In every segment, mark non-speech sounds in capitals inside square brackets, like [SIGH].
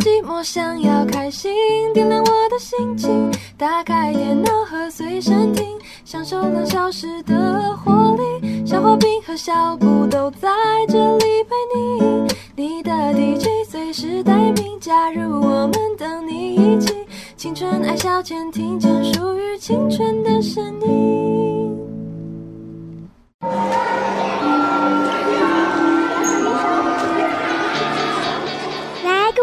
寂寞，想要开心，点亮我的心情。打开电脑和随身听，享受两小时的活力。小花瓶和小布都在这里陪你，你的 DJ 随时待命，加入我们，等你一起。青春爱消遣，听见属于青春的声音。来，各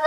啊！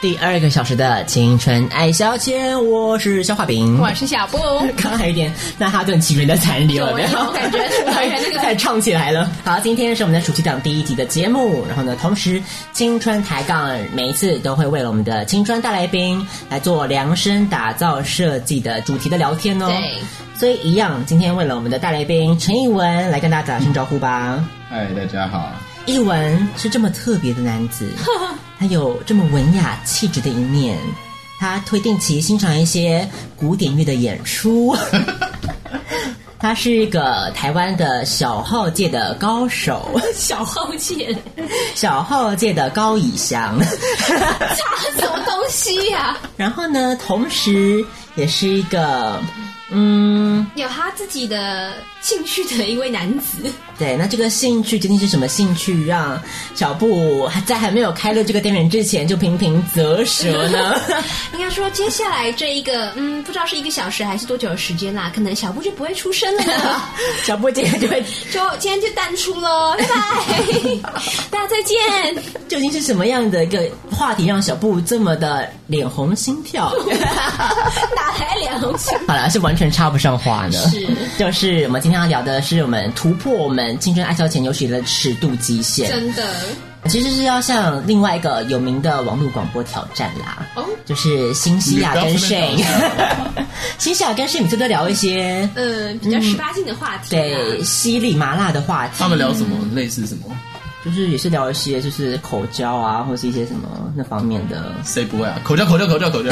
第二个小时的青春爱消遣，我是消化饼。我是小布，刚还有一点曼哈顿情人的残留，有没有有？感觉完全那个太唱起来了。好，今天是我们的暑期档第一集的节目，然后呢，同时青春抬杠每一次都会为了我们的青春大来宾来做量身打造设计的主题的聊天哦。对，所以一样，今天为了我们的大来宾陈艺文来跟大家打声招呼吧。嗨，大家好。艺文是这么特别的男子，他有这么文雅气质的一面，他会定期欣赏一些古典乐的演出。他是一个台湾的小号界的高手，小后啊界，小号界的高以翔。这什么东西呀、然后呢，同时也是一个，嗯，有他自己的兴趣的一位男子，对，那这个兴趣究竟是什么兴趣，让小布在还没有开录这个单元之前就频频啧舌呢？应该说接下来这一个，嗯，不知道是一个小时还是多久的时间啦、可能小布就不会出声了呢，小布姐就会就今天就淡出喽，拜拜，大家再见。究竟是什么样的一个话题让小布这么的脸红心跳？ [LAUGHS] 哪来脸红心？好啦，是完全插不上话呢。是，就是我们今天要聊的是我们突破我们青春爱消遣游戏的尺度极限，真的其实是要向另外一个有名的网络广播挑战啦。哦，就是新西亚跟你不要随 Shane，便搞 [LAUGHS] 新西亚跟 Shane 每次都聊一些嗯，比较十八禁的话题、啊，对犀利麻辣的话题他，们聊什么？类似什么？就是也是聊一些就是口交啊，或是一些什么那方面的。谁不会啊？口交，口交，口交， [LAUGHS] 口交。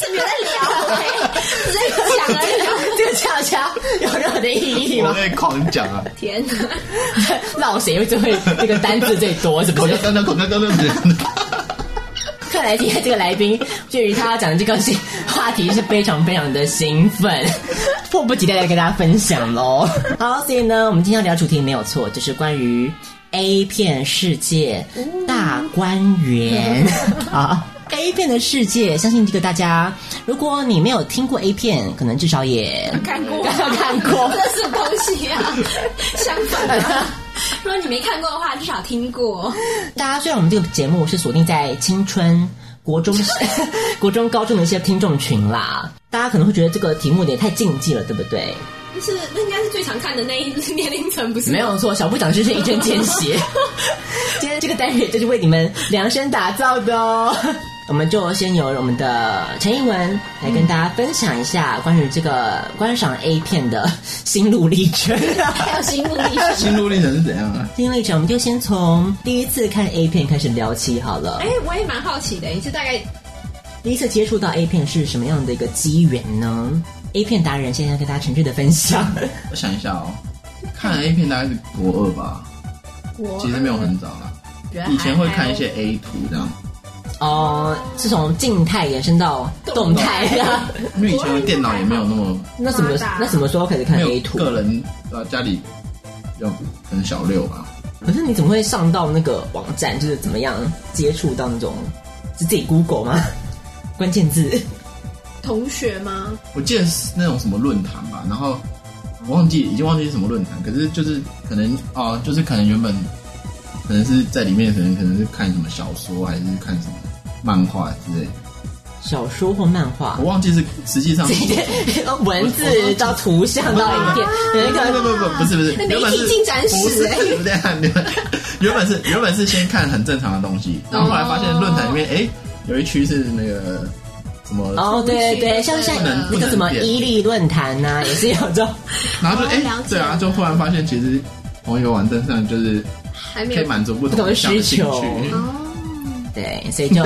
这没有在聊哎、只 [LAUGHS] 在讲而已。这个恰恰有任何的意义我吗？ [LAUGHS] 会狂讲啊！天哪！闹谁最会这个单字最多？是 [LAUGHS] 不口是交，？口交，口交，口交。看来今天这个来宾对于他讲这个新话题是非常非常的兴奋，迫不及待的跟大家分享喽。 [LAUGHS] 好，所以呢，我们今天要聊主题没有错，就是关于 A 片世界大观园 [LAUGHS] 啊。A 片的世界，相信这个大家，如果你没有听过 A 片，可能至少 [LAUGHS] 也看过，啊看过这是东西啊，相反啊。如果你没看过的话，至少听过。大家虽然我们这个节目是锁定在青春、国 [LAUGHS] 中、国中、高中的一些听众群啦，大家可能会觉得这个题目有点太禁忌了，对不对？但是那应该是最常看的那一年龄层，不是？没有错，小布讲的就是一针见血。 [LAUGHS] 今天这个单元就是为你们量身打造的哦。我们就先由我们的陈一文来跟大家分享一下关于这个观赏 A 片的 [LAUGHS] 心路历程。 [LAUGHS] 还有心路历 [LAUGHS] 程。心路历程是怎样啊？心路历程，我们就先从第一次看 A 片开始聊起好了哎。，我也蛮好奇的，你是大概第一次接触到 A 片是什么样的一个机缘呢？ A 片达人现在要跟大家程序的分享。我想一下哦，看了 A 片大概是国二吧，我其实没有很早啦。原来以前会看一些 A 图这样，哦，是从静态延伸到动态啊 [LAUGHS] 的。因为以前的电脑也没有那么 [LAUGHS] 那怎么发达那什么时候开始看没 A 有图？个人呃家里要可能小六吧，可是你怎么会上到那个网站？就是怎么样接触到那种是自己 Google 吗？关键字同学吗？我记得是那种什么论坛吧，然后我忘记已经忘记是什么论坛，可是就是可能哦、就是可能原本可能是在里面，可能可能是看什么小说，还是看什么漫画之类的，小说或漫画我，忘记是实际上是文字到图像到影片，有一不不个不不不是不是，媒体原本是进展史不是哎不对啊，原本原本是原本是先看很正常的东西，然后后来发现论坛里面哎、诶有一区是那个什么，哦，对对，像像不能那个什么伊利论坛呐、也是有这种。然后就哎、哦了解对啊，就忽然发现其实网友网站上就是还没可以有满足不同的项的兴不同的需趣求，哦对，所以就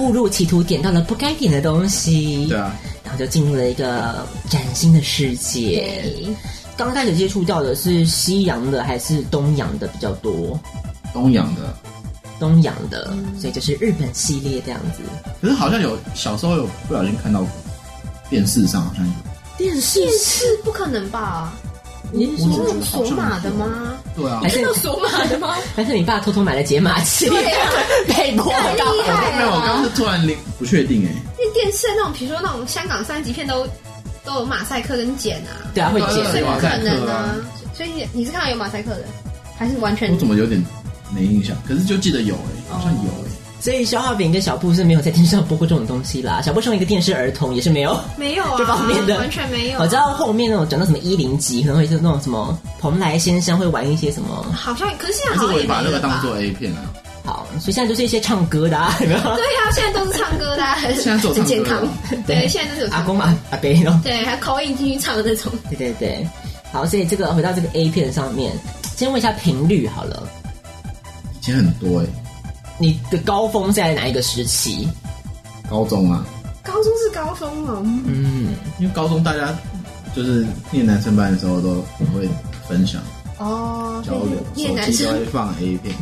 误入歧途，点到了不该点的东西。对啊，然后就进入了一个崭新的世界。刚开始接触到的是西洋的还是东洋的比较多？东洋的。东洋的，嗯所以就是日本系列这样子。可是好像有小时候有不小心看到过电视上好像有，电视电视不可能吧？你是说那种索马的吗？哎对啊还是那种索马的 [LAUGHS] 吗？啊还是你爸偷偷买了解码器？对呀、被迫告厉害哦没有，我刚刚是突然灵不确定哎、因为电视那种，比如说那种香港三级片都都有马赛克跟剪啊，对啊，会解对所以有不马可赛克啊能啊。所以你你是看到有马赛克的，还是完全我怎么有点没印象？可是就记得有哎、好像有哎、所以消化饼跟小布是没有在电视上播过这种东西啦。小布身为一个电视儿童，也是没有。没有啊？这方面的完全没有。啊我知道后面那种讲到什么一零级，可能会是那种什么蓬莱仙山会玩一些什么好像，可是现在但好是像我也也把没那个了吧当做 A 片啊，好，所以现在就是一些唱歌的、啊， [LAUGHS] 有没有？对啊，现在都是唱歌的啊，很 [LAUGHS] 现在走很唱健歌康了。对，现在都是有阿唱歌公啊阿阿伯 [LAUGHS] 咯，对，还 call in 进去唱的那种。对对对。好，所以这个回到这个 A 片上面，先问一下频率好了，以前很多哎、你的高峰是在哪一个时期？高中啊， [LAUGHS] 高中是高中哦，嗯，因为高中大家就是念男生班的时候都很会分享哦，交流，念手男机都生会放 A 片，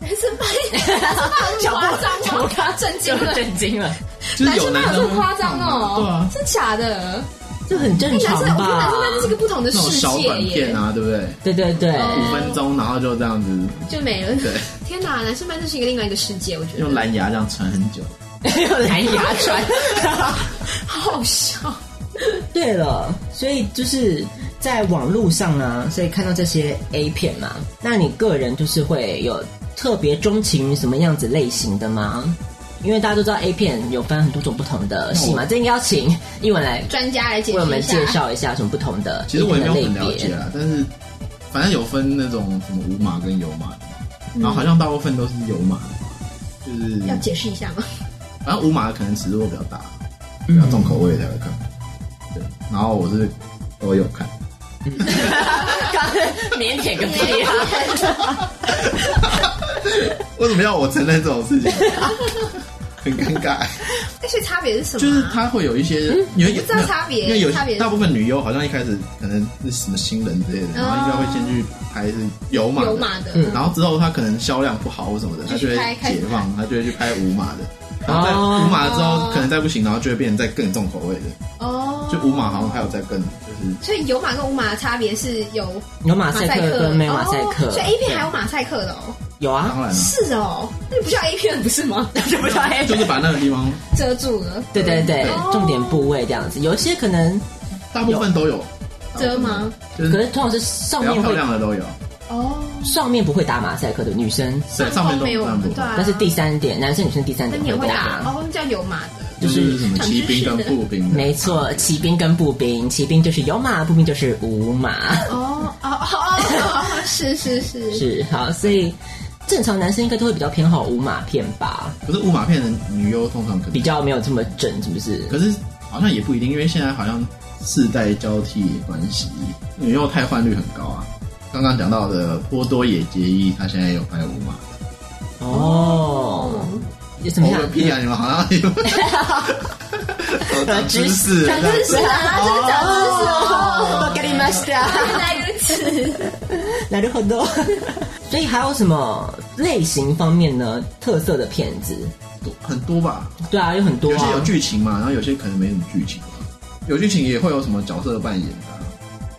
男生班， [LAUGHS] 小小夸张布，哦，刚震惊了。震惊了，就是有生班男有这生么夸张哦？对啊，真假的？这很正哎，男常生，我觉得男吧生？班就是个不同的那种世小短界片耶，哦啊，对不对？对对对， [LAUGHS] 五分钟，然后就这样子，就没了。对， [LAUGHS] 天哪，男生班就是一个另外一个世界，我觉用得蓝牙这样传很久。用蓝牙传。 [LAUGHS] 好好笑。对了，所以就是在网络上啊，所以看到这些 A 片嘛，那你个人就是会有特别钟情于什么样子类型的吗？因为大家都知道 A 片有分很多种不同的系嘛，这应该要请一文来专家来解为我们释介一下。绍一下什么不同的其实我也没有类很了解别。啦，但是反正有分那种什么无码跟有码的，然后好像大部分都是有码的，就是要解释一下吗？ [LAUGHS] 反正无码的可能尺度比较大，嗯比 [LAUGHS] 较重口味才会看。对，然后我是都有看，腼腆哎个屁啊！为什么要我承认这种事情？很尴尬，那些差别是什么 [LAUGHS] 啊？就是它会有一些，因为不知道嗯差别因为有差别是大部分女优好像一开始可能是什么新人之类的，然后应该会先去拍是有码有码的嗯然后之后她可能销量不好或什么的，她就就去会拍解放，她就会去拍无码的。然后在哦无码之后，可能再不行，然后就会变成再更重口味的，哦，就无码好像还有再更就是所以有马跟无马的差别是有有马赛克跟没有马赛克哦，所以 A 片还有马赛克的哦，有当啊，然了、是哦，那不叫 A 片不是吗？这不叫 [LAUGHS] A 就是把那个地方遮住了，对对对哦，重点部位这样子，有一些可能，大部分都有遮吗？就可是是通常是上比较面漂会亮的都有，哦，上面不会打马赛克的女生，对，上面都没有有不对啊，那是第三点，男生女生第三那点你也会打打哦，叫有马的，就是什么骑兵跟步兵的，没错，骑兵跟步兵，骑兵就是有马，步兵就是无马，哦哦哦，是是是，是好，所以正常男生应该都会比较偏好无马片吧，可是无码片的女优通常可比能，较没有这么正，是不是？可是好像也不一定，因为现在好像世代交替关系，女优汰换率很高啊。刚刚讲到的波多野结衣，她现在有拍无码，哦，有什么我样个？ [LAUGHS] 屁啊！你们好像有长知识， [LAUGHS] 长知识啊，啊，这个角哦 [LAUGHS] 来如此，来的很多。所以还有什么类型方面呢？特色的片子？多很多吧，对啊，有很多有些有啊，剧情嘛，然后有些可能没什么剧情嘛，有剧情也会有什么角色扮演的啊、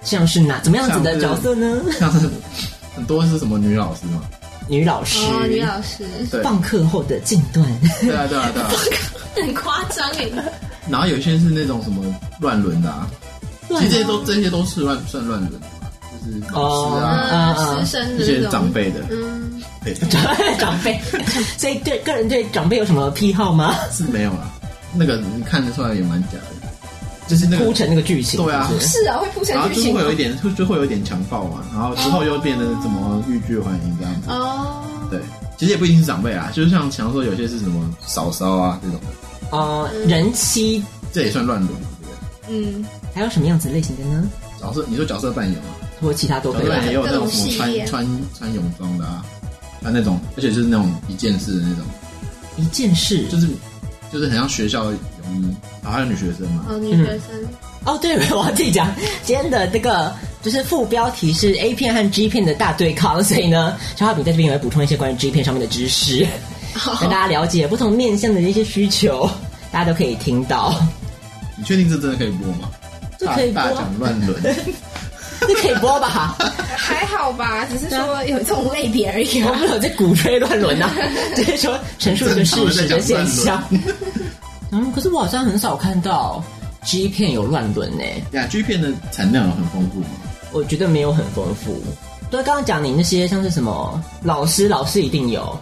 像是哪怎么样子的角色呢？像是很多是什么女老师嘛，女老师，哦，女老师对放课后的近 [LAUGHS] 段，对啊对啊对啊，很夸张哎，然后有些是那种什么乱伦的、啊，其实这些都这些都是乱算乱伦的嘛，就是老师啊、啊啊嗯，师生一的些那长种，辈的，嗯，对，长 [LAUGHS] 辈。所以对个人对长辈有什么癖好吗？是没有啦，那个你看得出来也蛮假的，就是那铺个陈那个剧情，对啊是不是是啊，会铺然成后剧就是情会有一点，就就会有一点强暴嘛，然后之后又变得怎么欲拒还迎这样子。哦，对，其实也不一定是长辈啊，就是像强说有些是什么嫂嫂啊这种的，呃，人妻这也算乱伦嘛，对不对？嗯，还有什么样子类型的呢？角色，你说角色扮演嘛，或其他都角可以色扮演也有那种什么各种系列穿穿穿泳装的啊，穿那种，而且就是那种一件式的那种，一件事就是就是很像学校泳衣，然后还有女学生嗯嘛，哦，女学生，哦，对， [LAUGHS] 我要自己讲今天的这个就是副标题是 A 片和 G 片的大对抗，所以呢，小花饼在这边也会补充一些关于 G 片上面的知识，让大家了解不同面向的一些需求，大家都可以听 [LAUGHS] 到，你确定这真的可以播吗？这可以播大啊大讲乱 [LAUGHS] 伦，这可以播吧？还好吧，只是说有这种类别而 [LAUGHS] 已我啊。们有在鼓吹乱伦 [LAUGHS] 啊，就是说陈述一个事实的现象。嗯，可是我好像很少看到 G 片有乱伦呢、呀，G 片的产量很丰富嘛，我觉得没有很丰富。对，刚刚讲你那些像是什么老师，老师一定有，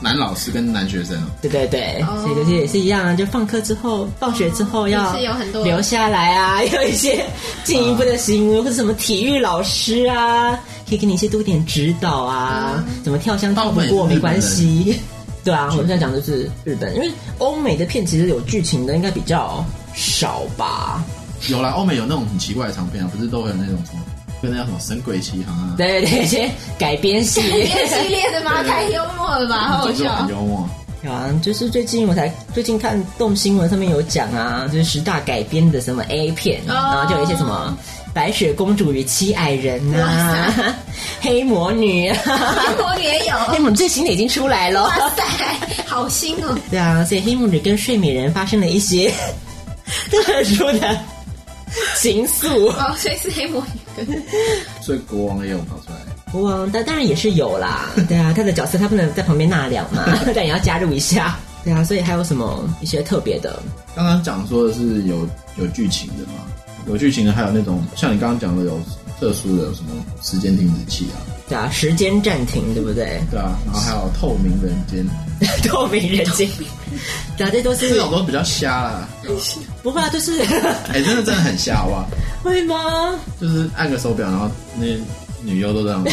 男老师跟男学生啊，对对对，所以这些也是一样啊，就放课之后、放学之后要哦也是有很多留下来啊， [LAUGHS] 有一些进一步的行为，或者什么体育老师啊，可以给你一些多一点指导啊，怎么跳箱跳不大部过分也是日本没关人系。对啊，我们现在讲的就是日本，因为欧美的片其实有剧情的应该比较少吧。有啦，欧美有那种很奇怪的长片啊，不是都会有那种什么，跟那叫什么《神鬼奇航》啊，对对对，一些改编 [LAUGHS] 系列，这系列的吗？太幽默了吧，啊好那好种就笑很。幽默。有啊，就是最近我才最近看动新闻上面有讲啊，就是十大改编的什么 A 片，然后就有一些什么白雪公主与七矮人哇啊， [LAUGHS] 黑魔女啊，英国也有，黑魔女最新的已经出来了。哇塞，好新哦！对啊，所以黑魔女跟睡美人发生了一些 [LAUGHS] 特殊的情愫。哦，所以是黑魔女跟所以国王也有跑出来，哇，但当然也是有啦，对啊，他的角色他不能在旁边纳凉 [LAUGHS] 嘛，但也要加入一下。对啊，所以还有什么一些特别的？刚刚讲说的是有有剧情的嘛，有剧情的还有那种像你刚刚讲的有特殊的有什么时间停止器啊，对啊，时间暂停，对不对？对啊，然后还有透明人间， [LAUGHS] 透明人间，对啊，这都这是种都比较瞎啦，不会啊，就是 [LAUGHS] 哎、真的真的很瞎好不好？会吗？就是按个手表，然后那些女优都这样。 [LAUGHS]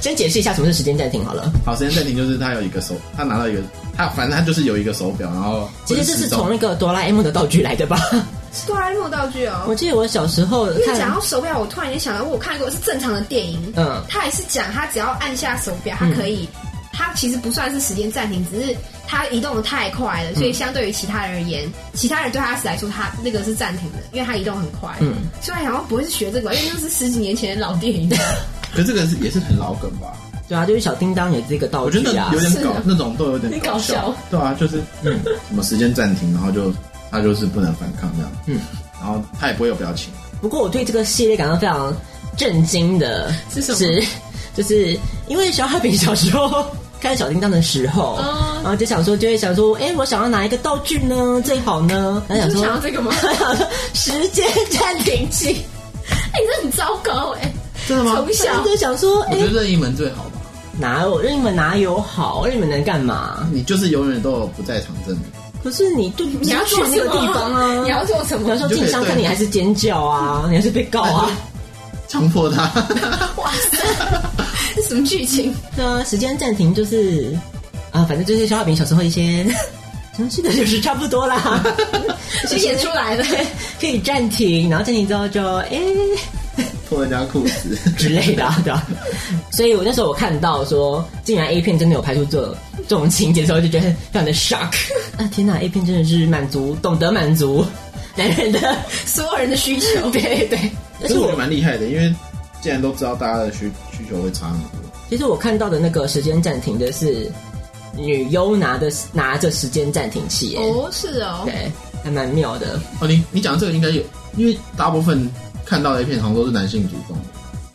先解释一下什么是时间暂停好了。好，时间暂停就是他有一个手，他拿到一个，他反正他就是有一个手表，然后其实这或者是时钟从那个哆啦 A 梦的道具来的吧？是哆啦 A 梦道具哦我。记得我小时候因为讲看到，手表，我突然也想到，我看过是正常的电影，嗯他也是讲他只要按下手表，他可以，他其实不算是时间暂停，只是他移动的太快了，所嗯以相对于其他人而言，其他人对他来说，他那个是暂停的，因为他移动很快。嗯，虽然想要不会是学这个吧，因为那是十几年前的老电影。啊 [LAUGHS] 可是这个是也是很老梗吧？对啊，就是小叮当也是一个道我觉得具啊那有。点搞是啊，那种都有点搞笑。对啊，就是嗯，什么时间暂停，然后就他就是不能反抗这样。嗯，然后他也不会有表情。不过我对这个系列感到非常震惊的是什么 [LAUGHS] 就是因为小哈比小时候看小叮当的时候，哦然后就想说，就会想说，哎、我想要哪一个道具呢？最好呢？然后想你说，是想要这 [LAUGHS] 个吗想说时间暂停器。哎、你这很糟糕哎、真的从小就想说，哎、我觉得任意门最好吧，哪有任意门哪有好？任意门能干嘛？你就是永远都有不在场证明。可是你就你你要去做那什个么地方啊， [LAUGHS] 你要做什比么方？说进商看你还是尖叫啊，你还是被告啊。强迫他，哇塞，这什么 [LAUGHS] 剧情？那时间暂停就是啊，反正就是小画饼小时候一些 [LAUGHS] 详细的就是差不多啦， [LAUGHS] 就演出来了。 [LAUGHS] 可以暂停，然后暂停之后就哎、 [LAUGHS] 脱人家裤子，之类的、 [LAUGHS] 啊，对吧、所以我那时候我看到说，竟然 A 片真的有拍出这这 [LAUGHS] 种情节的时候，就觉得非常的 shock。啊天哪，A 片真的是满足，懂得满足男人的，。所有人的需求 [LAUGHS] 对对。可但是是我觉我得蛮厉害的，因为既然都知道大家的需需求会差那么多，其实我看到的那个时间暂停的是女优拿的拿着时间暂停器耶，哦，是哦，对，还蛮妙的。哦，你你讲的这个应该有，因为大部分看到的片好像都是男性主动的，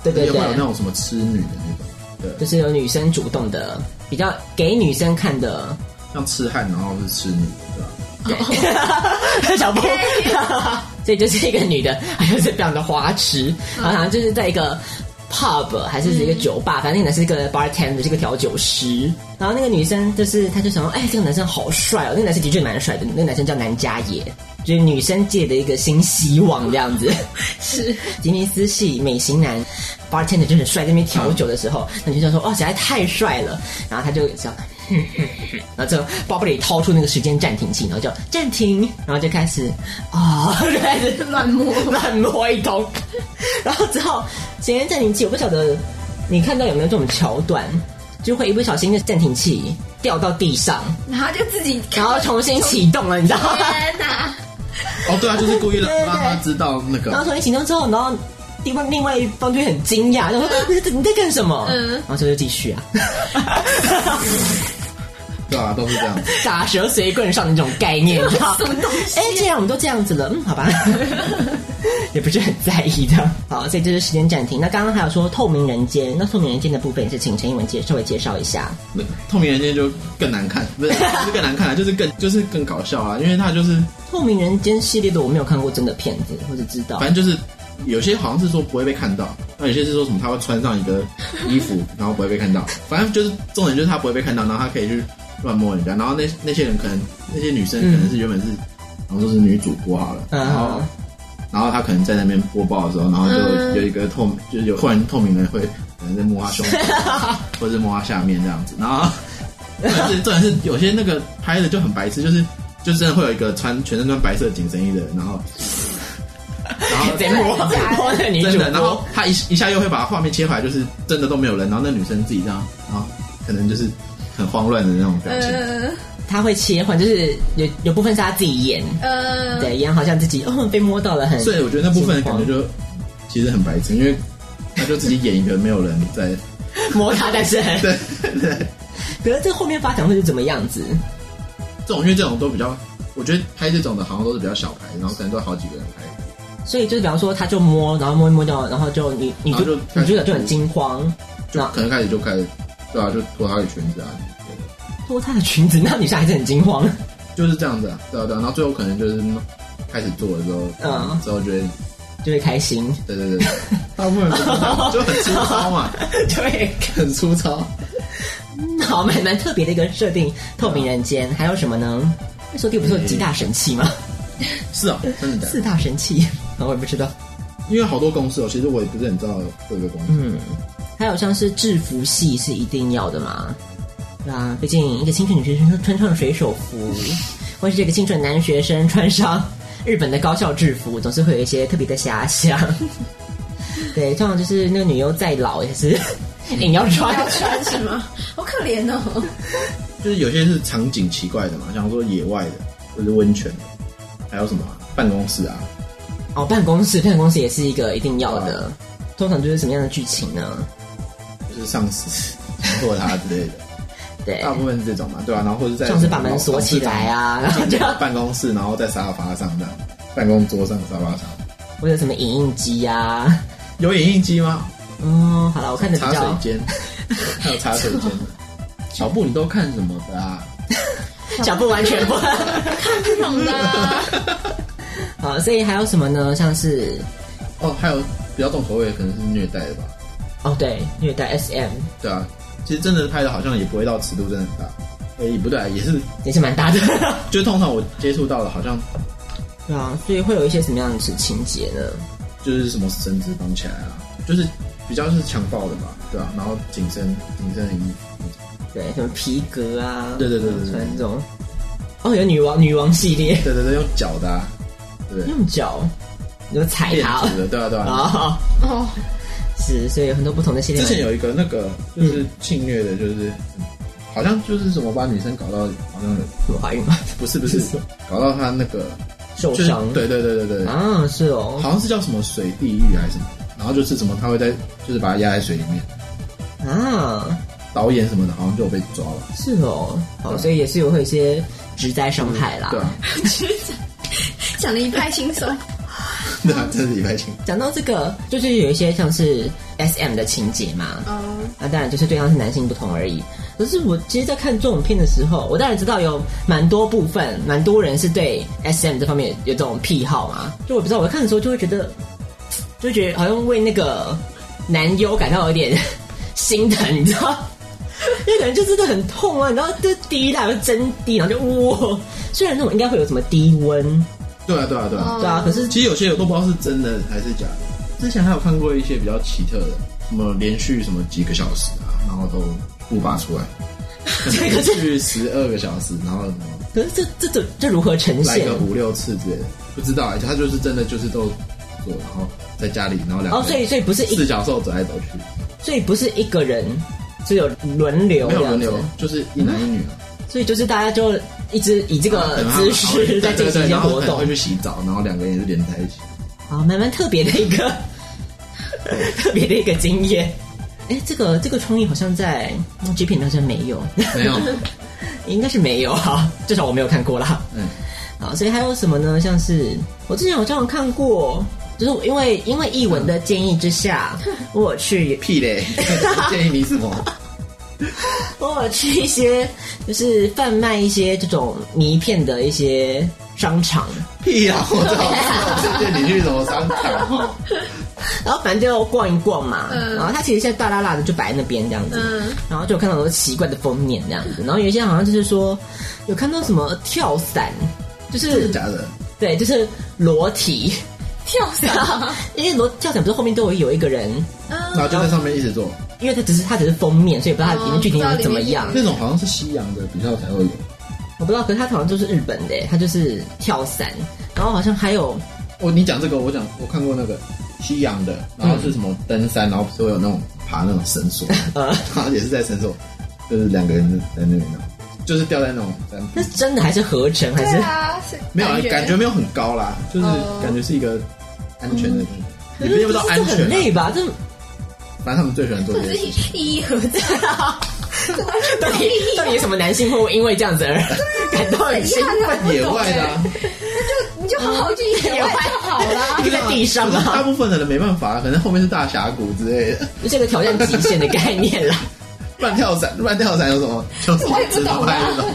对对要不然有那对，种什么痴女的那种，对，就是有女生主动的，比较给女生看的。像痴汉然后是痴女，对吧？哦 [LAUGHS] 小波， [LAUGHS] 所以就是一个女的，还有是非常的花痴，嗯然后好像就是在一个 pub 还是一个酒吧，反正那个男生是个 bartender，是个调酒师。然后那个女生就是，她就想说，哎，这个男生好帅哦，那个男生的确蛮帅的，那个男生叫南家野，就是女生界的一个新希望这样子。是 [LAUGHS] 吉尼斯系美型男 bartender 就很帅，在那边调酒的时候，那女生就说，哦，实在太帅了，然后他就想。 [LAUGHS] 然后就包包里掏出那个时间暂停器，然后就暂停，然后就开始啊、 [LAUGHS] 就开始 [LAUGHS] 乱摸乱摸一通， [LAUGHS] 然后之后时间暂停器，我不晓得你看到有没有这种桥段，就会一不小心那暂停器掉到地上，然后就自己然后重新启动了，你知道吗？天哪，哦，对啊，就是故意让对对对让他知道那然后个，重新启动之后，然后另外另外一方就会很惊讶，然后说呃你在你在干什么？嗯然后这就继续啊， [LAUGHS] 对啊，都是这样子。打蛇随棍上的那种概念，你知道吗？哎、既然我们都这样子了，嗯，好吧， [LAUGHS] 也不是很在意的。好，所以这是时间暂停。那刚刚还有说透明人间，那透明人间的部分是请陈一文介稍微介绍一下。那透明人间就更难看， [LAUGHS] 不是不是更难看啊，就是更就是更搞笑啊，因为他就是透明人间系列的我没有看过真的片子，或者知道。反正就是有些好像是说不会被看到，那有些是说什么他会穿上一个衣服， [LAUGHS] 然后不会被看到。反正就是重点就是他不会被看到，然后他可以去乱摸人家，然后那那些人可能那些女生可能是原本是，然后说是女主播好了，嗯然后。然后他可能在那边播报的时候，然后就有一个透，就是有突然透明人会可能在摸他胸部，或者是摸他下面这样子。然后 [LAUGHS] 重点是重点是有些那个拍的就很白痴，就是就真的会有一个穿全身穿白色紧身衣的人，然后然后在摸摸那个女主真播 [LAUGHS] 的，然后他一一下又会把画面切回来，就是真的都没有人，然后那女生自己这样，然后可能就是很慌乱的那种表情。呃他会切换，就是有有部分是他自己演，呃，对，演好像自己哦被摸到了很，所以我觉得那部分的感觉就其实很白痴，因为他就自己演一个没有人在， [LAUGHS] 摸他，但是很对对，可是这后面发展会是怎么样子？这种因为这种都比较，我觉得拍这种的好像都是比较小牌，然后可能都好几个人拍，所以就是比方说，他就摸，然后摸一摸掉，然后就女女然后主就女主角就很惊慌，就那可能开始就开始对啊，就脱她的裙子啊，对脱她的裙子，那女生还是很惊慌。 [LAUGHS] 就是这样子啊，对啊对啊，然后最后可能就是开始做了之后，嗯之后觉得就会 [LAUGHS] 开心，对对对，大部分人都这样就很粗糙嘛，对， [LAUGHS] 很粗糙。好，蛮蛮特别的一个设定。透明人间还有什么呢？那时候第不是嗯有几大神器吗？是啊，真的假四的？大神器， [LAUGHS] 我也不知道。因为好多公司哦，其实我也不是很知道各个公司。嗯，还有像是制服系是一定要的嘛？对啊，毕竟一个清纯女学生穿上水手服，或是这个清纯男学生穿上日本的高校制服，总是会有一些特别的遐想。 [LAUGHS] 对，通常就是那个女优再老也是 [LAUGHS] 硬要穿。要穿什么？好可怜哦。 [LAUGHS] 就是有些是场景奇怪的嘛，像说野外的，或者是温泉的，还有什么啊、办公室啊，哦，办公室，办公室也是一个一定要的。通常就是什么样的剧情呢？就是上司 [LAUGHS] 强迫他之类的，对，大部分是这种嘛，对吧、啊然后或者在哎像是把门锁起来，啊，然后就要办公室，然后在沙发上这样，办公桌上、沙发上，或者什么影印机啊。有影印机吗？嗯，好了，我看的比茶水较 [LAUGHS] 间，还有茶水间的。小布，你都看什么的啊？小布完全不。这种的，好，所以还有什么呢？像是哦，还有比较重口味的可能是虐待的吧，哦，对，虐待 SM 对啊，其实真的拍的好像也不会到尺度真的很大，诶、不对啊、也是也是蛮 [LAUGHS] 大的，就通常我接触到的，好像对啊，所以会有一些什么样的情节呢？就是什么绳子绑起来啊，就是比较是强暴的吧，对啊，然后紧身紧身的衣服，对，什么皮革啊，对对对对对穿这种。哦，有女王女王系列， [LAUGHS] 对对对，用脚的、啊，对不对？用脚，你就踩电它子的，对啊对啊。啊。哦，是，所以有很多不同的系列之嘛。前有一个那个就是侵虐的，就是、好像就是什么把女生搞到好像什么怀孕吗？不是不是搞到她那个受就是伤，对对对对对，啊，是哦，好像是叫什么水地狱还是什么，然后就是什么他会在就是把它压在水里面，啊，导演什么的，好像就有被抓了。是哦，好，所以也是有会有一些职灾伤害啦。对啊， [LAUGHS] 讲的一派轻松。对啊，这是礼拜情。讲到这个，就是有一些像是 S M 的情节嘛，哦，啊，当然就是对象是男性不同而已。可是我其实，在看这种片的时候，我当然知道有蛮多部分，蛮多人是对 S M 这方面有这种癖好嘛。就我不知道，我看的时候就会觉得，就会觉得好像为那个男优感到有点 [LAUGHS] 心疼，你知道？因为可能就真的很痛啊，你知道，这第一代就真滴，然后就哇，虽然那种应该会有什么低温，对啊，对啊，对啊。对啊，可是其实有些我都不知道是真的还是假的。之前还有看过一些比较奇特的，什么连续什么几个小时啊，然后都不拔出来，连续十二个小时，然后什么可是这这这这如何呈来现？个五六次之类的，不知道、欸。他就是真的就是都做，然后在家里，然后两个哦，所以所以不是一四脚兽走来走去，所以不是一个人，是有轮流，没有轮流，，就是一男一女啊。所以就是大家就一直以这个嗯姿势在进行一些然后活可能动会，去洗澡，然后两个人也是连在一起。好，蛮蛮特别的一个 [LAUGHS] 特别的一个经验。哎，这个这个创意好像在 G 片好像没有， [LAUGHS] 没有，应该是没有哈，至少我没有看过啦。嗯，好，所以还有什么呢？像是我之前好像有看过，就是因为因为译文的建议之下，嗯我有去屁 [LAUGHS] 嘞！建议你什么？我有去一些就是贩卖一些这种迷片的一些商场，屁 [LAUGHS] 啊！我最好推荐你去什么商 [LAUGHS] 场？然后反正就逛一逛嘛，然后它其实现在大拉拉的就摆在那边这样子，嗯然后就有看到很多奇怪的封面这样子，然后有一些好像就是说有看到什么跳伞，就是假的？对，就是裸体，跳伞然后因为裸跳伞不是后面都有有一个人，然后就在上面一直做，因为它只是它只是封面，所以不知道它里面具体是怎么样，那种好像是西洋的比较才会有。我不知道，可是它好像就是日本的，它就是跳伞，然后好像还有哦，你讲这个，我讲我看过那个西洋的，然后是什么登山，然后不是会有那种爬那种绳 [LAUGHS] 索，呃，然后也是在绳索，就是两个人在那边，然后就是吊在那种山，那是真的还是合成还对是？啊，是没有啊感觉没有哦很高啦，就是感觉是一个安全的地方，也不不到安这很全啊，累吧？这反正他们最喜欢做这这件事情。 [LAUGHS] 是意义何在？到底到底有什么男性会不会因为这样子而感到很兴奋？野外的、啊，你就好好去野外 [LAUGHS] 就好啦。就在地上可是大啊，部分的人没办法，可能后面是大峡谷之类的。 [LAUGHS] 这个挑战极限的概念啦。乱跳伞，乱跳伞有什么？就是啊只能拍这种。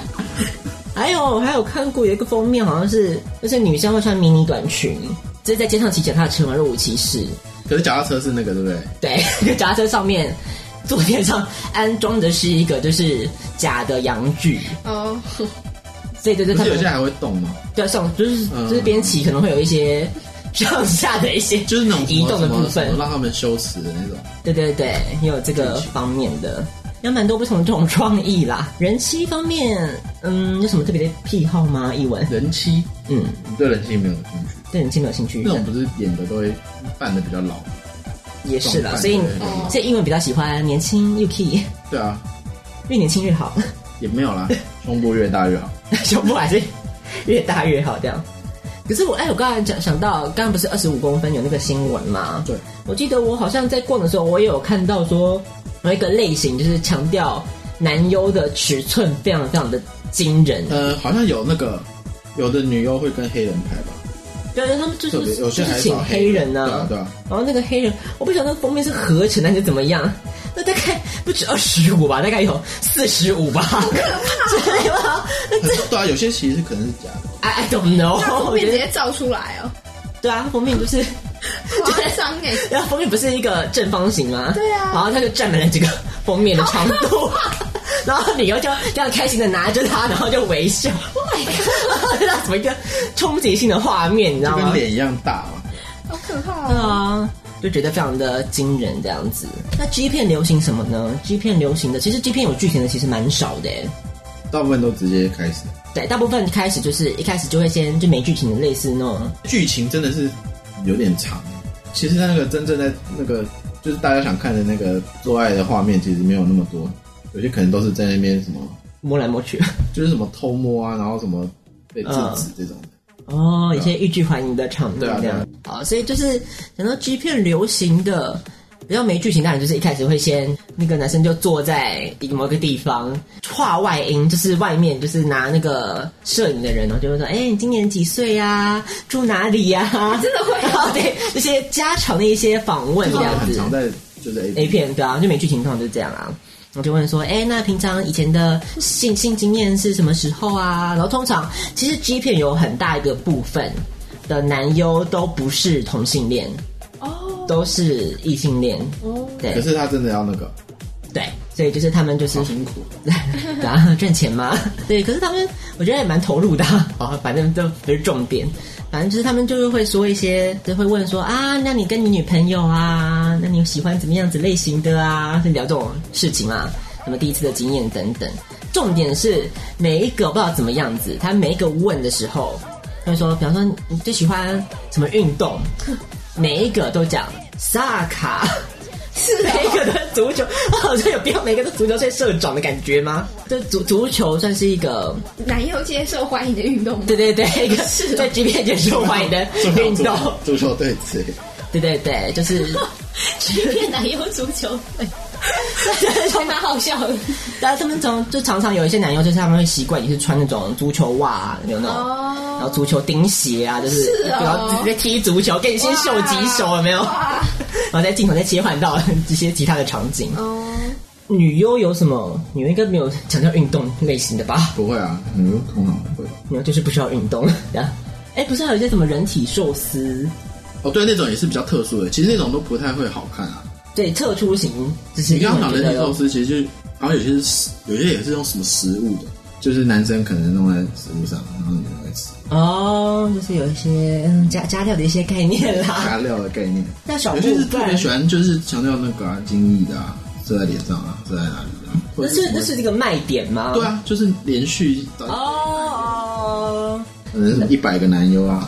[LAUGHS] 还有我还有看过有一个封面，好像是就是女生会穿迷你短裙，就是在街上骑脚踏车嘛，若无其事。可是脚踏车是那个，对不对？对， [LAUGHS] 那个脚踏车上面坐垫上安装的是一个就是假的阳具，哦，所以就是不他是有们些还会动吗？对上就是嗯就是边骑可能会有一些上下的一些就是那种什么移动的什么部分什么，让他们羞耻的那种。对对对，也有这个方面的，有蛮多不同的这种创意啦。人妻方面，嗯，有什么特别的癖好吗？译文，人妻，嗯，你对人妻没有兴趣？对人妻没有兴趣那，种不是演的都会扮的比较老。也是啦。装扮所以哦对对，所以英文比较喜欢年轻又 key，对啊，越年轻越好， [LAUGHS] 也没有啦，胸部越大越好。胸部还是越大越好这样。可是我哎，我刚才讲想到，刚刚不是二十五公分有那个新闻嘛？对，我记得我好像在逛的时候，我也有看到说有一个类型，就是强调男优的尺寸非常非常的惊人。呃，好像有那个，有的女优会跟黑人拍吧，对，他们就特别是有些就还是是请找黑对人呐、啊，对啊。然后那个黑人，我不晓得那封面是合成的还是怎么样，那大概不止二十五吧，大概有四十五吧，真的吗很多对啊，有些其实可能是假的。 ？I I don't know，那封我面觉直得接照出来哦，对啊，封面不是，夸张哎！然啊后封面不是一个正方形吗？对啊然后他就占满了这个封面的长 [LAUGHS] 度。然后女优就这样开心的拿着它，然后就微笑。Oh my god！那 [LAUGHS] 怎么一个冲击性的画面，你知道就吗？跟脸一样大嘛，好可怕对哦！啊，就觉得非常的惊人这样子。那 G 片流行什么呢？G 片流行的，其实 G 片有剧情的其实蛮少的耶。欸大部分都直接开始。对，大部分开始就是一开始就会先就没剧情的，类似那种剧情真的是有点长。其实它那个真正在那个就是大家想看的那个做爱的画面，其实没有那么多，有些可能都是在那边什么，摸来摸去。就是什么偷摸啊，然后什么被制止这种的。 [LAUGHS] 哦，一些欲拒还迎的场面对啊这对样啊。好，所以就是讲到 G 片流行的。比较没剧情，当然就是一开始会先那个男生就坐在一个某个地方，话外音就是外面就是拿那个摄影的人，然后就会说：“哎、你今年几岁呀、住哪里呀、 [LAUGHS] 真的会、哦，对，这些家常的一些访问这就是样很子。常在就是 A A 片片对啊，就美剧情通常就是这样啊。我就问说，哎、那平常以前的性性经验是什么时候啊？然后通常其实 G 片有很大一个部分的男优都不是同性恋，哦，都是异性恋，哦，可对是他真的要那个对，所以就是他们就是好辛苦， [LAUGHS] 对啊，赚钱 [LAUGHS] 嘛。对，可是他们我觉得也蛮投入的啊、 [LAUGHS] 哦反正都不是重点，反正就是他们就是会说一些，就会问说啊，那你跟你女朋友啊，那你喜欢怎么样子类型的啊？就聊这种事情啊，什么第一次的经验等等。重点是每一个不知道怎么样子，他每一个问的时候，他会说，比方说你最喜欢什么运 [LAUGHS] 动，每一个都讲萨卡。是啊 [LAUGHS] 每一个的足球，好像有必要每个都足球队社长的感觉吗？就足足球算是一个，男优接受欢迎的 [LAUGHS] 运动吗？对对对，一个是啊在 G 片界受欢迎的运 [LAUGHS] 动，足球对峙，对对对，就是 [LAUGHS] 欺骗男优足球哎 [LAUGHS] 队，还蛮好笑的。然后他们从就常常有一些男优，就是他们会习惯也是穿那种足球袜、啊，有那种，哦然后足球钉鞋啊，就是然后直接踢足球，给你先秀几手，有没 [LAUGHS] 有？然后在镜头再切换到一些其他的场景。哦，女优有什么？女优应该没有强调运动类型的吧？不会啊，你们头脑不会。女优就是不需要运动。这样，哎，不是还有一些什么人体寿司？哦，对，那种也是比较特殊的，其实那种都不太会好看啊。对，特殊型就是你刚刚讲因为人我体觉得寿司，其实就是好像有些是有些也是用什么食物的，就是男生可能弄在食物上，然后女生来吃哦，就是有一些嗯加加料的一些概 [LAUGHS] 念啦。加料的概念。那啊小有木些是特棒别喜欢，就是强调那个啊，精益的啊，射在脸上啊，射在哪里啊？或那者是什么那是这个卖点吗？对啊，就是连续哦。到哦可能一百个男优啊，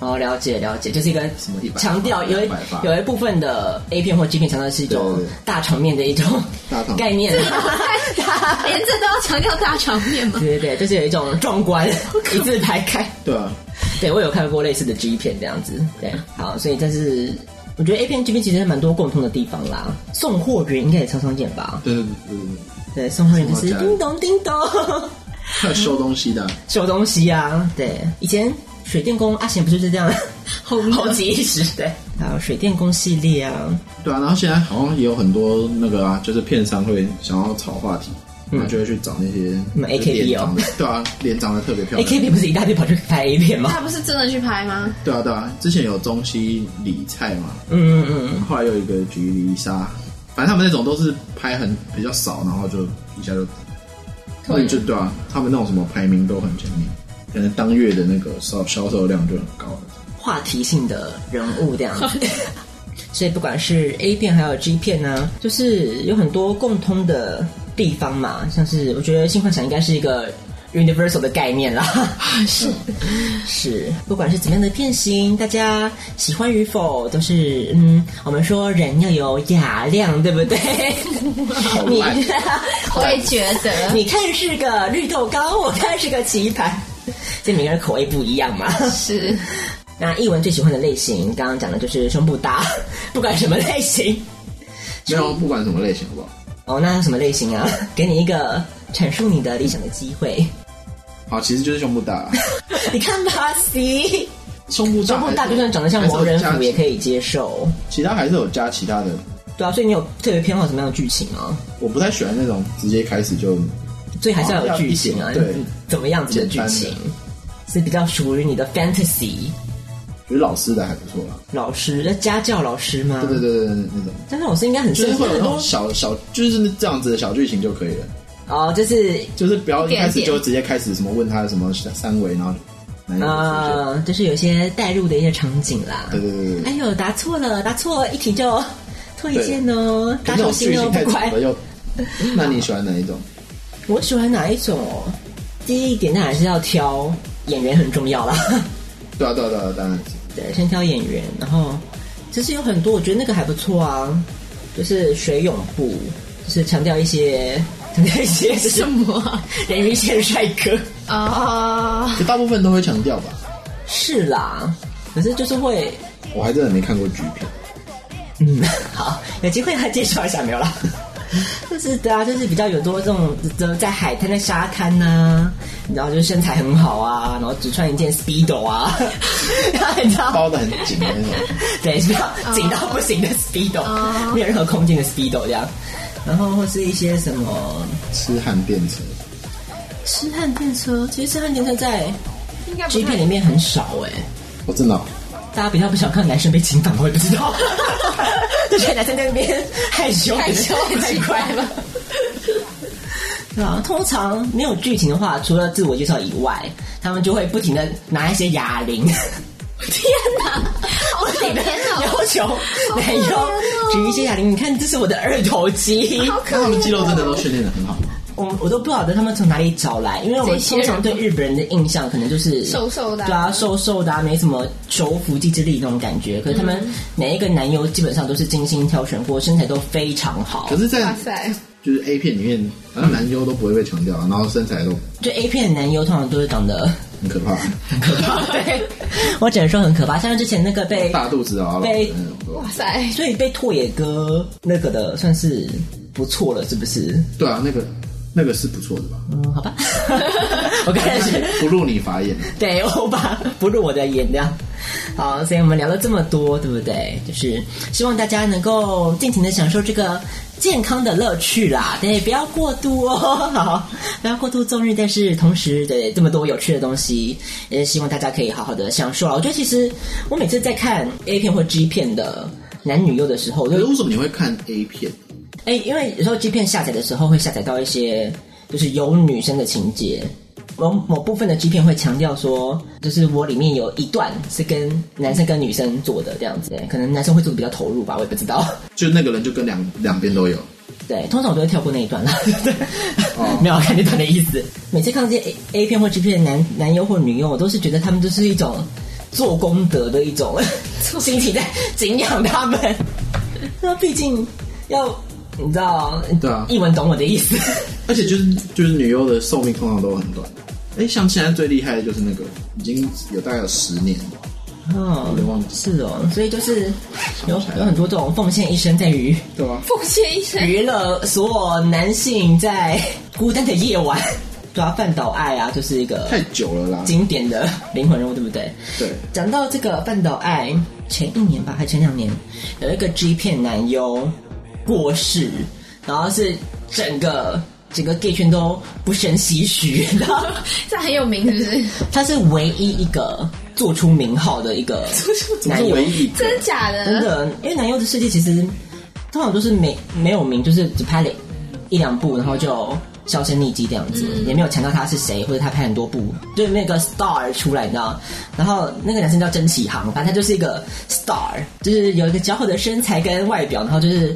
哦，了解了解，就是一个什么100强调有100一吧有一部分的 A 片或 G 片强调是一种对对对大场面的一种大场面概念，啊 [LAUGHS] [LAUGHS] 连这都要强调大场面吗？对对对，就是有一种壮观一字排开。对啊，对我有看过类似的 G 片这样子，对，好，所以但是我觉得 A 片 G 片其实还蛮多共通的地方啦，送货员应该也常常见吧？对对对对对，对，送货员就是送货家叮咚叮咚。还有收东西的啊，收东西啊，对，以前水电工阿贤不就是这样，红红极一时，对，还有水电工系列啊，对啊，然后现在好像也有很多那个啊，就是片商会想要炒话题，然后就会去找那些嗯 AKB 脸长得对啊，脸长得特别漂 A 亮 K B 不是一大堆跑去拍 A 片吗？他不是真的去拍吗？对啊对啊，之前有中西里菜嘛，嗯嗯嗯，后来又有一个菊梨沙，反正他们那种都是拍很比较少，然后就一下就退就对啊，他们那种什么排名都很前面，可能当月的那个销销售量就很高了。话题性的人物这样子。 [LAUGHS] 所以不管是 A 片还有 G 片呢、就是有很多共通的地方嘛，像是我觉得性幻想应该是一个 universal 的概念啦，是 [LAUGHS] 是，不管是怎么样的片型，大家喜欢与否都是嗯，我们说人要有雅量，对不对？你我也觉得，你看是个绿豆糕，我看是个棋盘，这每个人口味不一样嘛。是那译文最喜欢的类型，刚刚讲的就是胸部大， [LAUGHS] 不管什么类型。没有，不管什么类型，好不好？哦，那什么类型啊？ [LAUGHS] 给你一个阐述你的理想的机会。 [LAUGHS] 好，其实就是胸部大啊，你看吧，C，胸部大胸还部是，大就算长得像王仁甫也可以接受。其他还是有加其他的。对啊，所以你有特别偏好什么样的剧情啊？我不太喜欢那种直接开始就所以还是要有剧情哦啊，要对怎么样子的剧简情单是比较属于你的 fantasy 觉得老师的还不错啦。老师，那家教老师吗？对对对对对，那种家教老师应该很就是深会有很那多种小小，就是这样子的小剧情就可以了。哦，就是就是不要一开始点点就直接开始什么问他什么三围，然后男友出现。呃，就是有些带入的一些场景啦。对对对哎对，呦，答错了，答错一题就退件哦，可打是那手种剧心哦，情太不乖长了。又，那你喜欢哪一种？我喜欢哪一种哦？第一点，当然是要挑演员很重要啦。 [LAUGHS] 对啊对啊对啊，当然是。对，先挑演员，然后其实有很多，我觉得那个还不错啊，就是水泳部，就是强调一些强调一 [LAUGHS] 些啊什么人鱼线帅哥。啊，哦就大部分都会强调吧， [LAUGHS] 是啦，可是就是会，我还真的没看过剧片。嗯， [LAUGHS] 好，有机会来介绍一下没有啦。 [LAUGHS] 就是对啊，就是比较有多这种呃在海滩、在沙滩呐、然后就是身材很好啊，然后只穿一件 speedo 啊， [LAUGHS] 然后你知道包的很紧的那种，对，比较紧到不行的 speedo，、没有任何空间的 speedo 这样。然后或是一些什么痴汉变成痴汉电车，其实痴汉电车在应该不 G 太片里面很少哎、我真的哦、大家比较不想看男生被侵犯，我也不知 [LAUGHS] 道，就觉得男生在那边害羞，害羞很奇 [LAUGHS] 怪吧。对啊，通常没有剧情的话，除了自我介绍以外，他们就会不停的拿一些哑铃，天 [LAUGHS] 哪，好可不停地怜哦！要求男优举一些哑铃。你看，这是我的二头肌，哦那他们肌肉真的哦都训练的很好吗？我我都不晓得他们从哪里找来，因为我们通常对日本人的印象可能就是瘦瘦的啊对啊，瘦瘦的、啊，没什么求服技之力那种感觉。可是他们嗯每一个男优基本上都是精心挑选过，身材都非常好可。是，在哇塞，就是 A 片里面，好像男优都不会被强调，然后身材都就 A 片的男优通常都是长得很可怕，很可 [LAUGHS] 怕，对，我只能说很可怕。像之前那个被，大肚子啊，被然后那种哇塞，所以被拓野哥那个的算是不错了，是不是？对啊，那个那个是不错的吧？嗯，好吧， [LAUGHS] 我个人是不入你法眼，对，我把不入我的眼量。好，所以我们聊了这么多，对不对？就是希望大家能够尽情的享受这个健康的乐趣啦，对，不要过度哦，好，不要过度纵欲，但是同时，对这么多有趣的东西，也希望大家可以好好的享受啊。我觉得其实我每次在看 A 片或 G 片的男女优的时候，我可是就为什么你会看 A 片？哎，因为有时候 G 片下载的时候会下载到一些就是有女生的情节，某某部分的 G 片会强调说，就是我里面有一段是跟男生跟女生做的这样子，可能男生会做的比较投入吧，我也不知道。就那个人就跟两两边都有，对，通常我都会跳过那一段啦，对哦 [LAUGHS] 没有看那段的意思。每次看到这些 A A 片或 G 片的男男优或女优，我都是觉得他们就是一种做功德的一种心情在敬仰他们。 [LAUGHS] 那毕竟要你知道，对啊译文懂我的 [LAUGHS] 意思。而且就是就是女优的寿命通常都很短。哎，像现在最厉害的就是那个，已经有大概有十年，哦有点忘，记是哦，所以就是有想不起来了有很多这种奉献一生在于对吧、啊？奉献一生，娱乐所有男性在孤单的夜晚，对啊，半岛爱啊，就是一个太久了啦，经典的灵魂人物，对不对？对，讲到这个半岛爱，前一年吧，还前两年，有一个 G 片男优过世，然后是整个整个 gay 圈都不胜唏嘘，然后这很有名是不是？他是唯一一个做出名号的一个我男是优，唯一一个真假的？真的，因为男优的世界其实通常都是没没有名，就是只拍了一两部，然后就销声匿迹这样子，也没有强调他是谁，或者他拍很多部，就是那个 star 出来，你知道？然后那个男生叫曾启航，反正他就是一个 star，就是有一个姣好的身材跟外表，然后就是。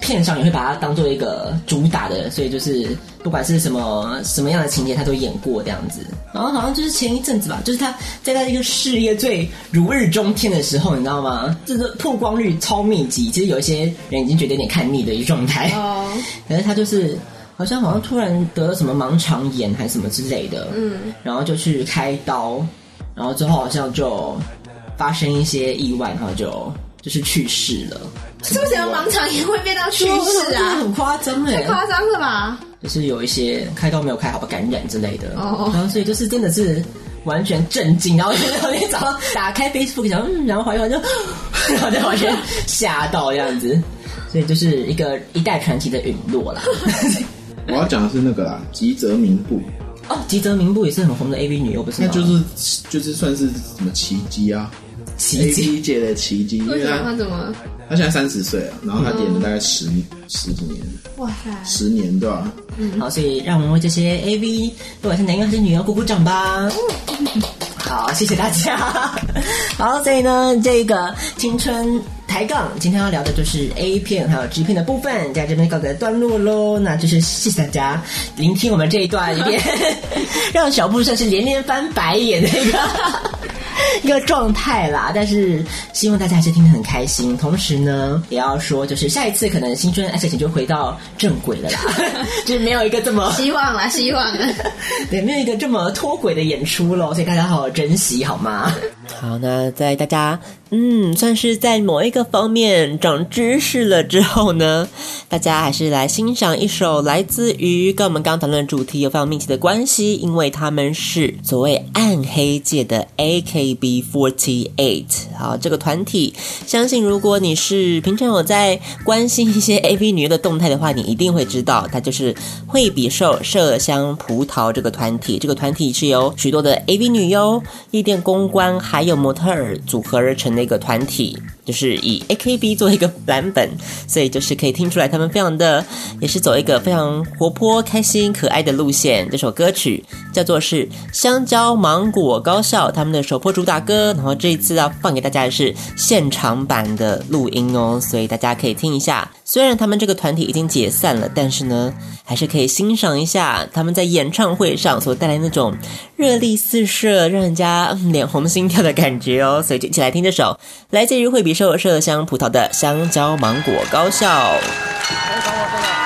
片上也会把它当做一个主打的，所以就是不管是什么什么样的情节，他都演过这样子。然后好像就是前一阵子吧，就是他在他这个事业最如日中天的时候，你知道吗？这个曝光率超密集，其实有一些人已经觉得有点看腻的一个状态。哦，可是他就是好像好像突然得了什么盲肠炎还是什么之类的，嗯，然后就去开刀，然后之后好像就发生一些意外，然后就就是去世了。是为什么盲肠炎会变到去世真的啊？很夸张哎、夸张了吧？就是有一些开刀没有开好吧，感染之类的。哦然后所以就是真的是完全震惊，然后然后那天早上 [LAUGHS] 打开 Facebook 想，嗯，然后怀疑就，然后就 [LAUGHS] 完全吓到这样子。所以就是一个一代传奇的陨落啦。我要讲的是那个啦，吉泽明步，哦，吉泽明步也是很红的 AV 女优，不是那吗？就是就是算是什么奇迹啊奇迹。 ，AV 界的奇迹，因为为什么他他怎么？他现在三十岁了，然后他点了大概十、十几年，哇塞！十年对吧、啊好，所以让我们为这些 AV，不管是男优还是女优，鼓鼓掌吧。好，谢谢大家。 [LAUGHS] 好，所以呢，这个青春抬杠，今天要聊的就是 A 片还有 G 片的部分，在这边告个段落喽。那就是谢谢大家聆听我们这一段，一遍让小布算是连连翻白眼的一个 [LAUGHS] 一个状态啦。但是希望大家还是听得很开心。同时呢，也要说，就是下一次可能新春爱情就回到正轨了啦， [LAUGHS] 就是没有一个这么希望啦，希望啦。 [LAUGHS] 对，没有一个这么脱轨的演出喽，所以大家好好珍惜好吗？ [LAUGHS] 好，那在大家嗯，算是在某一个方面长知识了之后呢， [LAUGHS] 大家还是来欣赏一首来自于跟我们刚刚讨论的主题有非常密切的关系，因为他们是所谓暗黑界的 AKB48。好，这个团体，相信如果你是平常有在关心一些 AV 女优的动态的话，你一定会知道，它就是惠比寿麝香葡萄这个团体。这个团体是由许多的 AV 女优、夜店公关还有模特儿组合而成的一个团体，就是以 AKB 作为一个蓝本，所以就是可以听出来他们非常的也是走一个非常活泼、开心、可爱的路线。这首歌曲叫做是《香蕉芒果高校》，他们的首播主打歌。然后这一次要放给大家的是现场版的录音哦，所以大家可以听一下。虽然他们这个团体已经解散了，但是呢，还是可以欣赏一下他们在演唱会上所带来那种热力四射、让人家嗯脸红心跳的感觉哦。所以就一起来听这首来自于惠比寿麝香葡萄的《香蕉芒果高校》。哎等我等我